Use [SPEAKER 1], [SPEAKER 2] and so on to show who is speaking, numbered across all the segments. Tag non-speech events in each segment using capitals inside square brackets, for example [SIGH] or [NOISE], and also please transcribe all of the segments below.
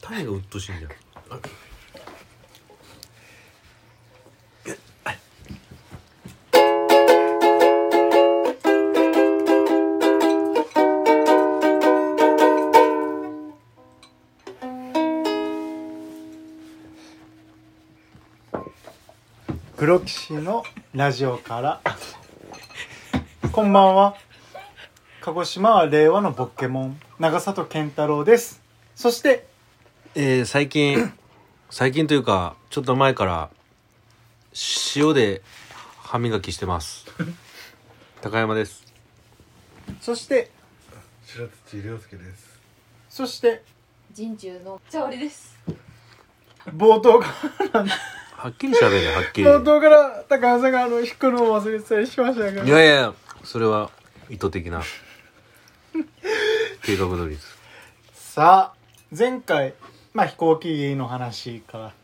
[SPEAKER 1] タイがうっとうしいんだよ
[SPEAKER 2] 黒騎士のラジオからこんばんは鹿児島は令和のポケモン長里健太郎ですそして
[SPEAKER 1] えー、最近最近というかちょっと前から塩で歯磨きしてます高山です
[SPEAKER 2] そして
[SPEAKER 3] 白土亮介です
[SPEAKER 2] そして
[SPEAKER 4] 人中の茶織です。
[SPEAKER 2] 冒頭か
[SPEAKER 1] はっきり喋れはっき
[SPEAKER 2] ら
[SPEAKER 1] り
[SPEAKER 2] 冒頭から高橋さんがあの引くのを忘れてたりしましたけ
[SPEAKER 1] い
[SPEAKER 2] ど
[SPEAKER 1] やいやそれは意図的な計画通りです
[SPEAKER 2] さあ前回まあ飛行機の話から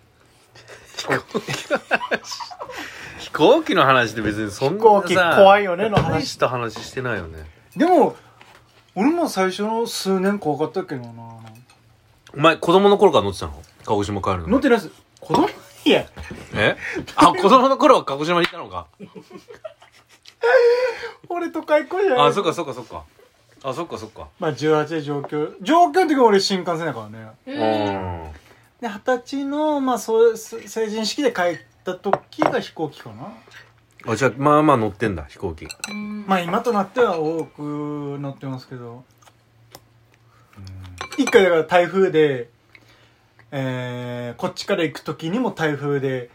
[SPEAKER 1] 飛行機の話って別にそんな
[SPEAKER 2] 飛行機怖いよねの話
[SPEAKER 1] 大した話してないよね
[SPEAKER 2] でも俺も最初の数年怖かったけどな
[SPEAKER 1] お前子供の頃から乗ってたの鹿児島帰る
[SPEAKER 2] 乗
[SPEAKER 1] の
[SPEAKER 2] ってないです子供いや
[SPEAKER 1] えあ子供の頃は鹿児島にいたのか
[SPEAKER 2] 俺都会っ子じゃない
[SPEAKER 1] あそっかそっかそっかあそっかそっか
[SPEAKER 2] まあ18で上京上京の時は俺新幹線だからね
[SPEAKER 1] う
[SPEAKER 4] え
[SPEAKER 1] ん
[SPEAKER 2] で二十歳の、まあ、そうす成人式で帰った時が飛行機かな
[SPEAKER 1] あじゃあまあまあ乗ってんだ飛行機
[SPEAKER 2] まあ今となっては多く乗ってますけど一回だから台風で、えー、こっちから行く時にも台風で、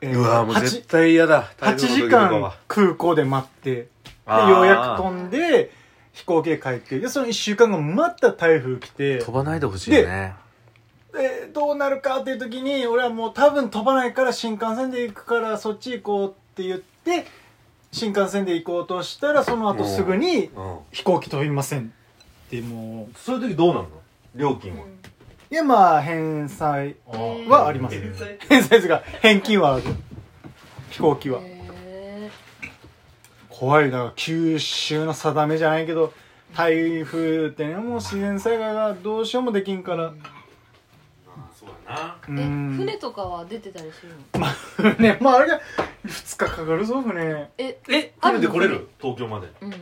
[SPEAKER 2] えー、8,
[SPEAKER 1] 対嫌だ
[SPEAKER 2] 8時間空港で待ってでようやく飛んで飛行機で帰ってでその1週間後また台風来て
[SPEAKER 1] 飛ばないでほしいよね
[SPEAKER 2] でどうなるかっていう時に俺はもう多分飛ばないから新幹線で行くからそっち行こうって言って新幹線で行こうとしたらその後すぐに
[SPEAKER 1] うん
[SPEAKER 2] 飛行機飛びませんっても
[SPEAKER 1] そういう時どうなるの料金
[SPEAKER 2] ういやまあ返済
[SPEAKER 4] ー
[SPEAKER 2] はあります返済ですが返金はある飛行機は
[SPEAKER 4] え
[SPEAKER 2] 怖いな九州の定めじゃないけど台風ってねもう自然災害がどうしようもできんから
[SPEAKER 1] そうだな
[SPEAKER 2] う
[SPEAKER 4] え
[SPEAKER 2] ん
[SPEAKER 4] 船とかは出てたりするの？
[SPEAKER 2] 船まああれが2日かかるぞ船
[SPEAKER 4] え、
[SPEAKER 1] え
[SPEAKER 4] 船で来れる
[SPEAKER 1] 東京まで
[SPEAKER 4] うん。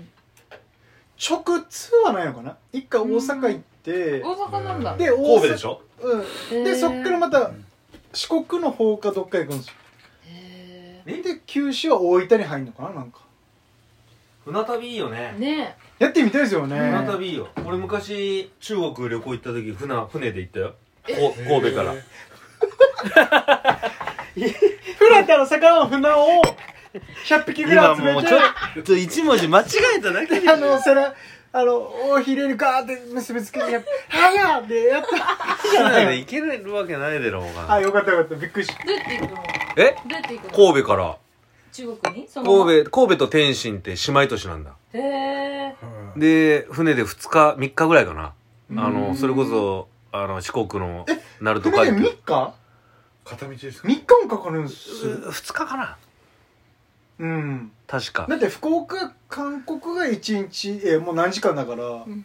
[SPEAKER 2] 直通はないのかな一回大阪行って、
[SPEAKER 4] 大阪なんだ。
[SPEAKER 2] で大阪
[SPEAKER 1] ょ
[SPEAKER 2] うん、
[SPEAKER 4] へ
[SPEAKER 2] で
[SPEAKER 4] ー
[SPEAKER 2] そっからまた四国の方かどっか行くんですよ
[SPEAKER 4] へ
[SPEAKER 2] で九州は大分に入るのかななんか
[SPEAKER 1] 船旅いいよね
[SPEAKER 4] ーね
[SPEAKER 2] やってみたいですよね
[SPEAKER 1] 船旅いいよ俺昔中国旅行行った時船船で行ったよこ神戸から
[SPEAKER 2] 船ってあの魚の船を100匹ぐらい集
[SPEAKER 1] 今も
[SPEAKER 2] め
[SPEAKER 1] う
[SPEAKER 2] て
[SPEAKER 1] ちょっと一文字間違えただけで
[SPEAKER 2] あのそれあの大ひれにガーって結びつけてやっ「はや!」ってやったじゃな
[SPEAKER 1] 船で
[SPEAKER 2] い
[SPEAKER 1] 行けるわけないだろう
[SPEAKER 2] あ
[SPEAKER 1] が
[SPEAKER 2] よかったよかったびっくりし
[SPEAKER 4] え。どうやって行く
[SPEAKER 1] え
[SPEAKER 4] の？どうやって行くの？
[SPEAKER 1] 神戸から
[SPEAKER 4] 中国に？その。
[SPEAKER 1] 神戸神戸と天津って姉妹都市なんだ
[SPEAKER 4] 戸。へ
[SPEAKER 1] で船で2日3日ぐらいかなあ
[SPEAKER 2] う
[SPEAKER 1] の
[SPEAKER 2] ん
[SPEAKER 1] それこそあの四国の鳴
[SPEAKER 2] た
[SPEAKER 1] 門
[SPEAKER 2] 船
[SPEAKER 1] 海
[SPEAKER 2] で
[SPEAKER 1] 峡
[SPEAKER 2] 3日
[SPEAKER 3] 片道ですか
[SPEAKER 2] ?3 日もかかるんですよ
[SPEAKER 1] 2日かな
[SPEAKER 2] うん
[SPEAKER 1] 確か
[SPEAKER 2] だって福岡韓国が1日、えーもう何時間だから、
[SPEAKER 4] ー。う。
[SPEAKER 2] うん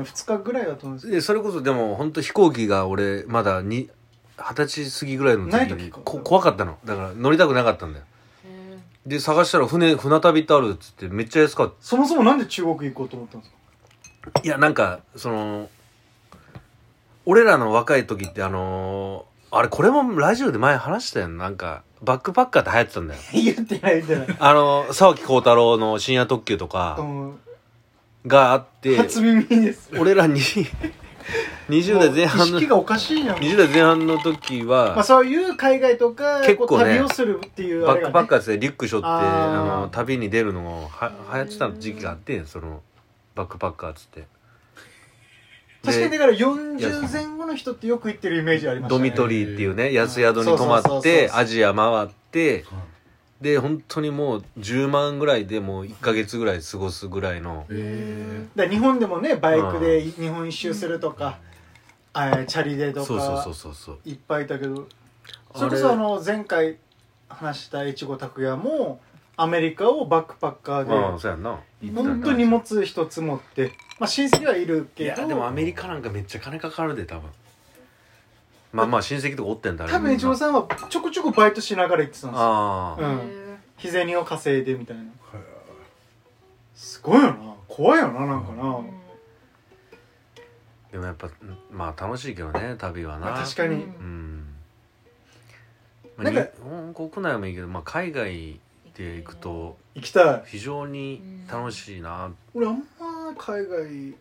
[SPEAKER 2] ん、2日ぐらいだと思うんですけ
[SPEAKER 1] でそれこそでも本当飛行機が俺まだに二十歳過ぎぐらいの
[SPEAKER 2] ない
[SPEAKER 1] 時
[SPEAKER 2] 時
[SPEAKER 1] に
[SPEAKER 2] か
[SPEAKER 1] こ怖かったのだから乗りたくなかったんだよ
[SPEAKER 4] へ
[SPEAKER 1] で探したら船船旅ってあるっつってめっちゃ安かっ
[SPEAKER 2] どそもそもなんで中国行こうと思ったんですか
[SPEAKER 1] たいやなんかその俺らの若い時ってあのーあれこれもラジオで前話したよなんかバックパッカーって流行ってたんだよ
[SPEAKER 2] 言ってない言ってない、
[SPEAKER 1] あのー沢木耕太郎の深夜特急と
[SPEAKER 2] う
[SPEAKER 1] か
[SPEAKER 2] ん、
[SPEAKER 1] があって
[SPEAKER 2] 初耳です
[SPEAKER 1] 俺らに20代前半
[SPEAKER 2] も
[SPEAKER 1] の
[SPEAKER 2] う意識がおかしいな、
[SPEAKER 1] 20代前半の時は
[SPEAKER 2] まあ、そういう海外とか
[SPEAKER 1] 結構ね
[SPEAKER 2] こう旅をするっていうあ
[SPEAKER 1] バ
[SPEAKER 2] れ
[SPEAKER 1] ック
[SPEAKER 2] が、ね、
[SPEAKER 1] パッカーズでリュック背負って
[SPEAKER 2] あ
[SPEAKER 1] あ
[SPEAKER 2] ー
[SPEAKER 1] の旅に出るのをは流行ってた時期があってそのバックパッカーっつって
[SPEAKER 2] 確かにだ
[SPEAKER 1] で
[SPEAKER 2] から40前後の人ってよく行ってるイメージありました
[SPEAKER 1] ド
[SPEAKER 2] ね
[SPEAKER 1] ミトリーっていうね安宿に泊ま
[SPEAKER 2] そうそうそう
[SPEAKER 1] っ
[SPEAKER 2] そう
[SPEAKER 1] て
[SPEAKER 2] そう
[SPEAKER 1] アジア回ってで本当にもう10万ぐらいでもう1ヶ月ぐらい過ごすぐらいの
[SPEAKER 3] え
[SPEAKER 2] だから日本でもねバイクで日本一周するとか、あーチャリでと
[SPEAKER 1] そ
[SPEAKER 2] か
[SPEAKER 1] うそうそうそうそう
[SPEAKER 2] いっぱいいたけど
[SPEAKER 1] あ
[SPEAKER 2] そ
[SPEAKER 1] れ
[SPEAKER 2] れこそあの前回話した越後拓也もアメリカをバックパッカ
[SPEAKER 1] まあ
[SPEAKER 2] ー
[SPEAKER 1] そうやんな
[SPEAKER 2] で本当に荷物一つ持ってまあ親戚はいる
[SPEAKER 1] い
[SPEAKER 2] け
[SPEAKER 1] や
[SPEAKER 2] ど
[SPEAKER 1] でもアメリカなんかめっちゃ金かかるで多分まあまあ親戚とかおってんだね
[SPEAKER 2] 多分イチゴ
[SPEAKER 1] ん
[SPEAKER 2] さんはちょこちょこバイトしながら行ってたんですよ
[SPEAKER 1] ああ、
[SPEAKER 2] うん
[SPEAKER 4] へ
[SPEAKER 2] 日銭を稼いでみたいな
[SPEAKER 3] はい
[SPEAKER 2] すごいよな怖いよななんかな、
[SPEAKER 4] ー
[SPEAKER 1] でもやっぱうんまあ楽しいけどね旅はな、
[SPEAKER 2] まあ確か
[SPEAKER 4] う
[SPEAKER 2] に、
[SPEAKER 4] ん
[SPEAKER 1] うん、
[SPEAKER 2] な
[SPEAKER 1] まあ、
[SPEAKER 2] ん
[SPEAKER 1] 日
[SPEAKER 2] か
[SPEAKER 1] 本国内もいいけど、まあ、海外で行くと
[SPEAKER 2] 行きたい
[SPEAKER 1] 非常に楽しいな、
[SPEAKER 2] 俺あんま海外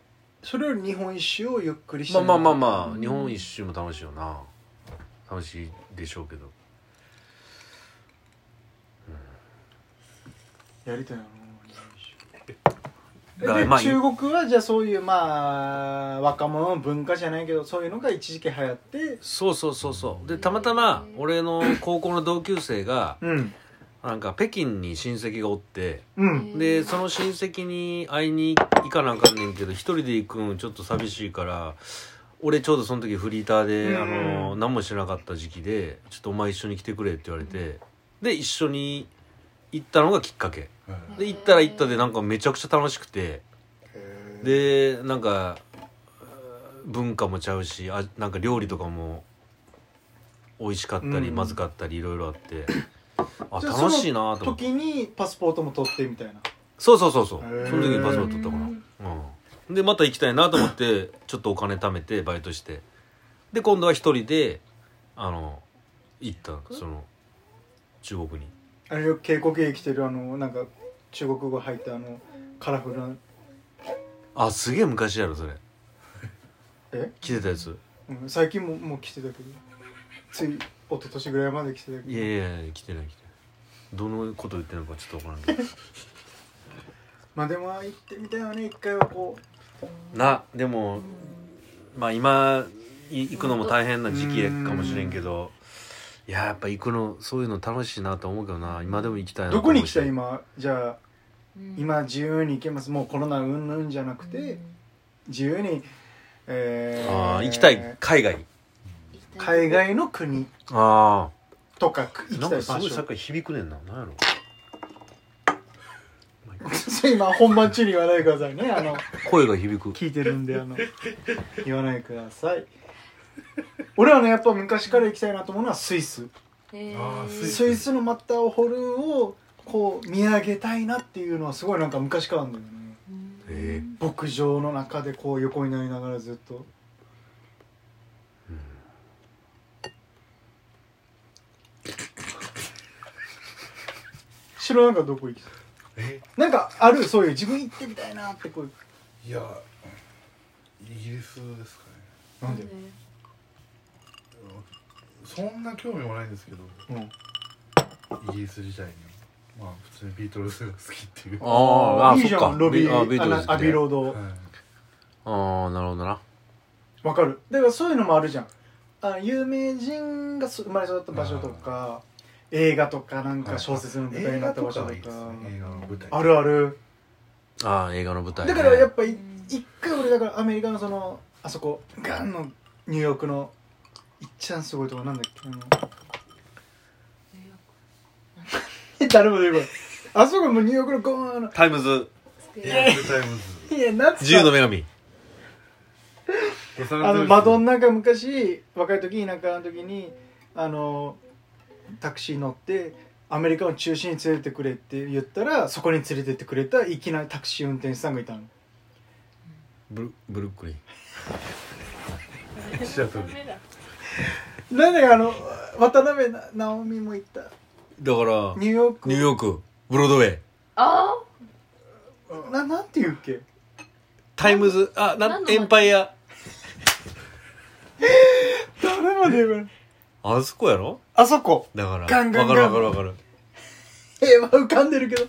[SPEAKER 2] それより日本一周をゆっくりして
[SPEAKER 1] まあまあまあま
[SPEAKER 2] あ
[SPEAKER 4] う
[SPEAKER 1] あ
[SPEAKER 4] ん
[SPEAKER 1] 日本一周も楽しいよな楽しいでしょうけど
[SPEAKER 2] やりたいな
[SPEAKER 1] だから
[SPEAKER 2] で、
[SPEAKER 1] まあ
[SPEAKER 2] 中国はじゃあそういうまあ若者の文化じゃないけどそういうのが一時期流行って
[SPEAKER 1] そうそうそうそうでたまたま俺の高校の同級生が
[SPEAKER 2] うん
[SPEAKER 1] なんか北京に親戚がおって
[SPEAKER 2] うん
[SPEAKER 1] でその親戚に会いに行かなあかんねんけど一人で行くんちょっと寂しいから俺ちょうどその時フリーターで、
[SPEAKER 2] うん
[SPEAKER 1] あの何もしてなかった時期でちょっとお前一緒に来てくれって言われてで一緒に行ったのがきっかけ
[SPEAKER 3] はい
[SPEAKER 1] で行ったら行ったでなんかめちゃくちゃ楽しくてでなんか文化もちゃうしあなんか料理とかも美味しかったり
[SPEAKER 2] うん
[SPEAKER 1] まずかったりいろいろあって、あ
[SPEAKER 2] じゃあ
[SPEAKER 1] 楽しいなと思って
[SPEAKER 2] 時にパスポートも取ってみたいな
[SPEAKER 1] そうそうそうそう
[SPEAKER 2] へ
[SPEAKER 1] そ
[SPEAKER 2] ー
[SPEAKER 1] の時にパスポート取ったかなうん、でまた行きたいなと思ってちょっとお金貯めてバイトしてで今度は一人であの行ったその中国に
[SPEAKER 2] あれよ稽古芸着てるあのなんか中国語入ったあのカラフルな
[SPEAKER 1] あすげえ昔やろそれ
[SPEAKER 2] え
[SPEAKER 1] 着てたやつ
[SPEAKER 2] うん最近ももう着てたけどつい一昨年ぐらいまで着てたけ
[SPEAKER 1] い
[SPEAKER 2] ど
[SPEAKER 1] やいやいや着てない着てないどのこと言ってるのかちょっとわからんけど
[SPEAKER 2] まあでも行ってみたいよね一回はこう
[SPEAKER 1] なでもまあ今い行くのも大変な時期やかもしれんけどいややっぱ行くのそういうの楽しいなと思うけどな今でも行きたいなと
[SPEAKER 2] ど
[SPEAKER 1] 思
[SPEAKER 2] こ
[SPEAKER 1] うし
[SPEAKER 2] に来た今じゃあ
[SPEAKER 4] うん
[SPEAKER 2] 今自由に行けますもうコロナうんぬんじゃなくて自由にえー
[SPEAKER 1] あー行きたい海外
[SPEAKER 2] 海外の国
[SPEAKER 1] ああ
[SPEAKER 2] とか行き
[SPEAKER 1] なん
[SPEAKER 2] たい
[SPEAKER 1] かす
[SPEAKER 2] 場
[SPEAKER 1] ごいさ
[SPEAKER 2] 所
[SPEAKER 1] っき響くねんな何やろ
[SPEAKER 2] [LAUGHS] 今本番中に言わないでくださいねあの
[SPEAKER 1] 声が響く
[SPEAKER 2] 聞いてるんであの言わないでください俺はねやっぱ昔から行きたいなと思うのはスイス
[SPEAKER 4] へー
[SPEAKER 3] あース
[SPEAKER 2] スイスのマッターホルンをこう見上げたいなっていうのはすごいなんか昔からあるんだよね
[SPEAKER 4] うん
[SPEAKER 1] え
[SPEAKER 2] 牧場の中でこう横になりながらずっと城なんかどこ行きたい
[SPEAKER 3] え
[SPEAKER 2] なんかあるそういう自分行ってみたいなってこう
[SPEAKER 3] いやイギリスですか
[SPEAKER 2] な
[SPEAKER 3] ね
[SPEAKER 2] んで、
[SPEAKER 3] そんな興味もないんですけど
[SPEAKER 2] うん、
[SPEAKER 3] イギリス自体にはまあ普通にビートルズが好きっていう
[SPEAKER 1] あああ
[SPEAKER 2] いいじゃ
[SPEAKER 1] そっ
[SPEAKER 2] ん
[SPEAKER 1] か
[SPEAKER 2] ロビ
[SPEAKER 1] あビートル
[SPEAKER 2] ーあ
[SPEAKER 1] ズ
[SPEAKER 2] の
[SPEAKER 1] ね
[SPEAKER 2] アビロード
[SPEAKER 3] はい
[SPEAKER 1] ああなるほどな
[SPEAKER 2] わかるだからそういうのもあるじゃんあ有名人がそ生まれ育った場所とか映画とかなんか小説の舞台に
[SPEAKER 3] 映
[SPEAKER 2] なった
[SPEAKER 3] 画と
[SPEAKER 2] 場
[SPEAKER 3] か
[SPEAKER 2] 所
[SPEAKER 3] はいい
[SPEAKER 2] と
[SPEAKER 3] です
[SPEAKER 2] か
[SPEAKER 3] ね映画の舞台
[SPEAKER 2] あるある
[SPEAKER 1] ああ映画の舞台ね
[SPEAKER 2] だからやっぱ
[SPEAKER 4] う
[SPEAKER 2] い
[SPEAKER 4] ん
[SPEAKER 2] 一回俺だからアメリカのそのあそこガンのニューヨークのいっちゃんすごいとこなんだっけあのえ [LAUGHS] 誰も出てこないあそこもニューヨークのゴーンの
[SPEAKER 1] タイムズ
[SPEAKER 3] 映画の舞台も
[SPEAKER 2] いやなんつ
[SPEAKER 1] 自由の女神
[SPEAKER 2] [LAUGHS]
[SPEAKER 3] ず
[SPEAKER 2] あのマドン
[SPEAKER 3] ナ
[SPEAKER 2] ナが昔若い時田舎の時にあのタクシー乗ってアメリカの中心に連れてってくれって言ったらそこに連れてってくれたいきなりタクシー運転手さんがいたの
[SPEAKER 1] ブルブルックリン
[SPEAKER 3] シアトル
[SPEAKER 2] なんであの渡辺な直美も行った
[SPEAKER 1] だから
[SPEAKER 2] ニューヨーク
[SPEAKER 1] ニューヨークブロードウェイ
[SPEAKER 4] あ
[SPEAKER 2] ななんて言うっけ
[SPEAKER 1] タイムズあな
[SPEAKER 4] 何の
[SPEAKER 1] エ
[SPEAKER 4] 街
[SPEAKER 1] ンパイア
[SPEAKER 2] 誰まで言わない
[SPEAKER 1] あそこやろ
[SPEAKER 2] あそこ
[SPEAKER 1] だから
[SPEAKER 2] ガンガン
[SPEAKER 1] わか
[SPEAKER 2] ガ
[SPEAKER 1] るわ
[SPEAKER 2] ン
[SPEAKER 1] かるわかる
[SPEAKER 2] えまあ浮かんでるけど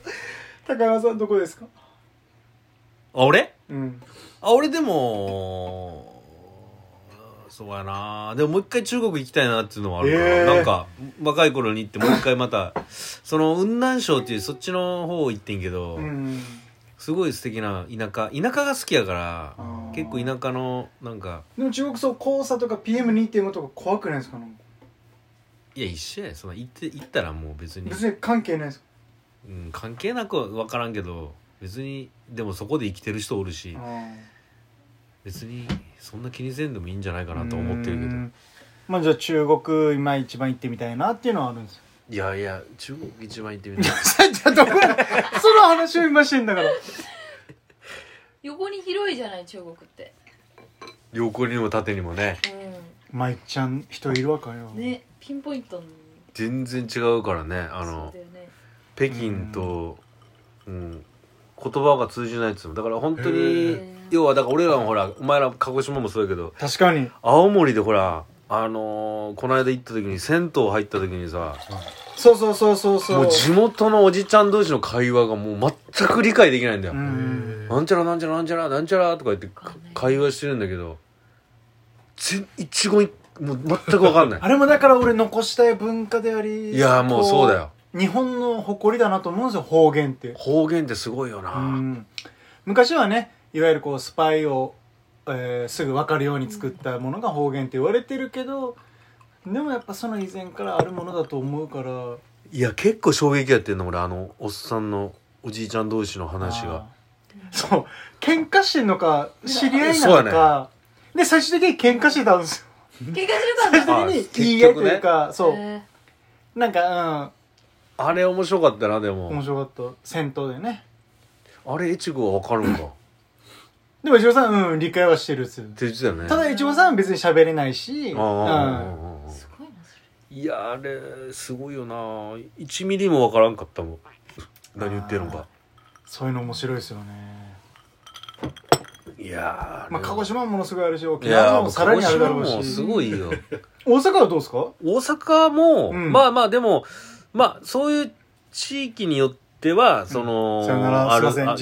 [SPEAKER 2] 高山さんどこですか
[SPEAKER 1] あ俺
[SPEAKER 2] うん
[SPEAKER 1] あ俺でもそうやなでももう一回中国行きたいなっていうのはあるから、
[SPEAKER 2] えー
[SPEAKER 1] なんか若い頃に行ってもう一回またその雲南省っていうそっちの方行ってんけど、
[SPEAKER 2] うん
[SPEAKER 1] すごい素敵な田舎田舎が好きやから
[SPEAKER 2] あー
[SPEAKER 1] 結構田舎のなんか
[SPEAKER 2] でも中国そう黄砂とか PM2.5 とか怖くないですかなんか
[SPEAKER 1] いや一緒やその行って行ったらもう別に、
[SPEAKER 2] 別に関係ないですか
[SPEAKER 1] うん、関係なくは分からんけど別にでもそこで生きてる人おるし
[SPEAKER 2] あー
[SPEAKER 1] 別にそんな気にせんでもいいんじゃないかなと思ってるけど
[SPEAKER 2] うんまあじゃあ中国今一番行ってみたいなっていうのはあるんです
[SPEAKER 1] [LAUGHS]
[SPEAKER 2] よ
[SPEAKER 1] いやいや中国一番行ってみたい
[SPEAKER 2] じゃあどこらその話を今してんだから
[SPEAKER 4] 横に広いじゃない中国って
[SPEAKER 1] 横にも縦にもね
[SPEAKER 2] まいっちゃん人いるわかよ、
[SPEAKER 4] うんねピンポイントに
[SPEAKER 1] 全然違うからねあの
[SPEAKER 4] そうだよね
[SPEAKER 1] 北京と、うん、言葉が通じないっつうのだから本当
[SPEAKER 3] へ
[SPEAKER 1] に
[SPEAKER 4] ー
[SPEAKER 1] 要はだから俺らもほらお前ら鹿児島もそうやけど
[SPEAKER 2] 確かに
[SPEAKER 1] 青森でほらあのーこの間行った時に銭湯入った時にさ
[SPEAKER 2] そうそうそうそうそう
[SPEAKER 1] もう地元のおじちゃん同士の会話がもう全く理解できないんだよ、
[SPEAKER 2] うん
[SPEAKER 1] なんちゃらなんちゃらなんちゃらなんちゃらとか言ってか
[SPEAKER 4] わかんない
[SPEAKER 1] 会話してるんだけど全一言一もう全く分かん
[SPEAKER 2] [LAUGHS]
[SPEAKER 1] ない
[SPEAKER 2] あれもだから俺残したい文化であり
[SPEAKER 1] いやーもうそうだよ
[SPEAKER 2] こう日本の誇りだなと思うんですよ方言って
[SPEAKER 1] 方言ってすごいよな、
[SPEAKER 2] うん昔はねいわゆるこうスパイを、えーすぐ分かるように作ったものが方言って言われてるけどでもやっぱその以前からあるものだと思うから
[SPEAKER 1] いや結構衝撃やってんの俺あのおっさんのおじいちゃん同士の話が
[SPEAKER 2] あーそう喧嘩してんのか知り合い
[SPEAKER 1] そう
[SPEAKER 2] な
[SPEAKER 1] や
[SPEAKER 2] の
[SPEAKER 1] ね
[SPEAKER 2] か、で最終的に喧嘩してたんですよ
[SPEAKER 4] 喧嘩してたんだ
[SPEAKER 1] あ
[SPEAKER 2] 最終的に
[SPEAKER 1] 結局ね
[SPEAKER 2] 言い合いというか、そう、
[SPEAKER 4] へ
[SPEAKER 2] なんか
[SPEAKER 1] あれ面白かったなで
[SPEAKER 2] うん面
[SPEAKER 1] も
[SPEAKER 2] 白かった戦闘でね
[SPEAKER 1] あれ越後は分かるんかって
[SPEAKER 2] でもイチローさんうん理解はしてるっすよ
[SPEAKER 1] 言ってたよね
[SPEAKER 2] ただイチローさんは別に喋れないし、
[SPEAKER 1] ああ
[SPEAKER 2] うん
[SPEAKER 4] ーすごいなそ
[SPEAKER 1] いやあれすごいよな1ミリも分からんかったもん何言ってるのか
[SPEAKER 2] そういうの面白いですよね
[SPEAKER 1] いやあれ
[SPEAKER 2] まあ、鹿児島もものすごいあるし沖
[SPEAKER 1] いや
[SPEAKER 2] 縄
[SPEAKER 1] も
[SPEAKER 2] も
[SPEAKER 1] う
[SPEAKER 2] さらにあるだろ
[SPEAKER 1] 鹿児島
[SPEAKER 2] う
[SPEAKER 1] もす
[SPEAKER 2] し
[SPEAKER 1] ごいよ
[SPEAKER 2] 大阪はどうですか
[SPEAKER 1] 大阪も、
[SPEAKER 2] うん
[SPEAKER 1] まあまあでもまあそういう地域によってはその、
[SPEAKER 2] さよなら
[SPEAKER 1] ある
[SPEAKER 2] すいません
[SPEAKER 1] あ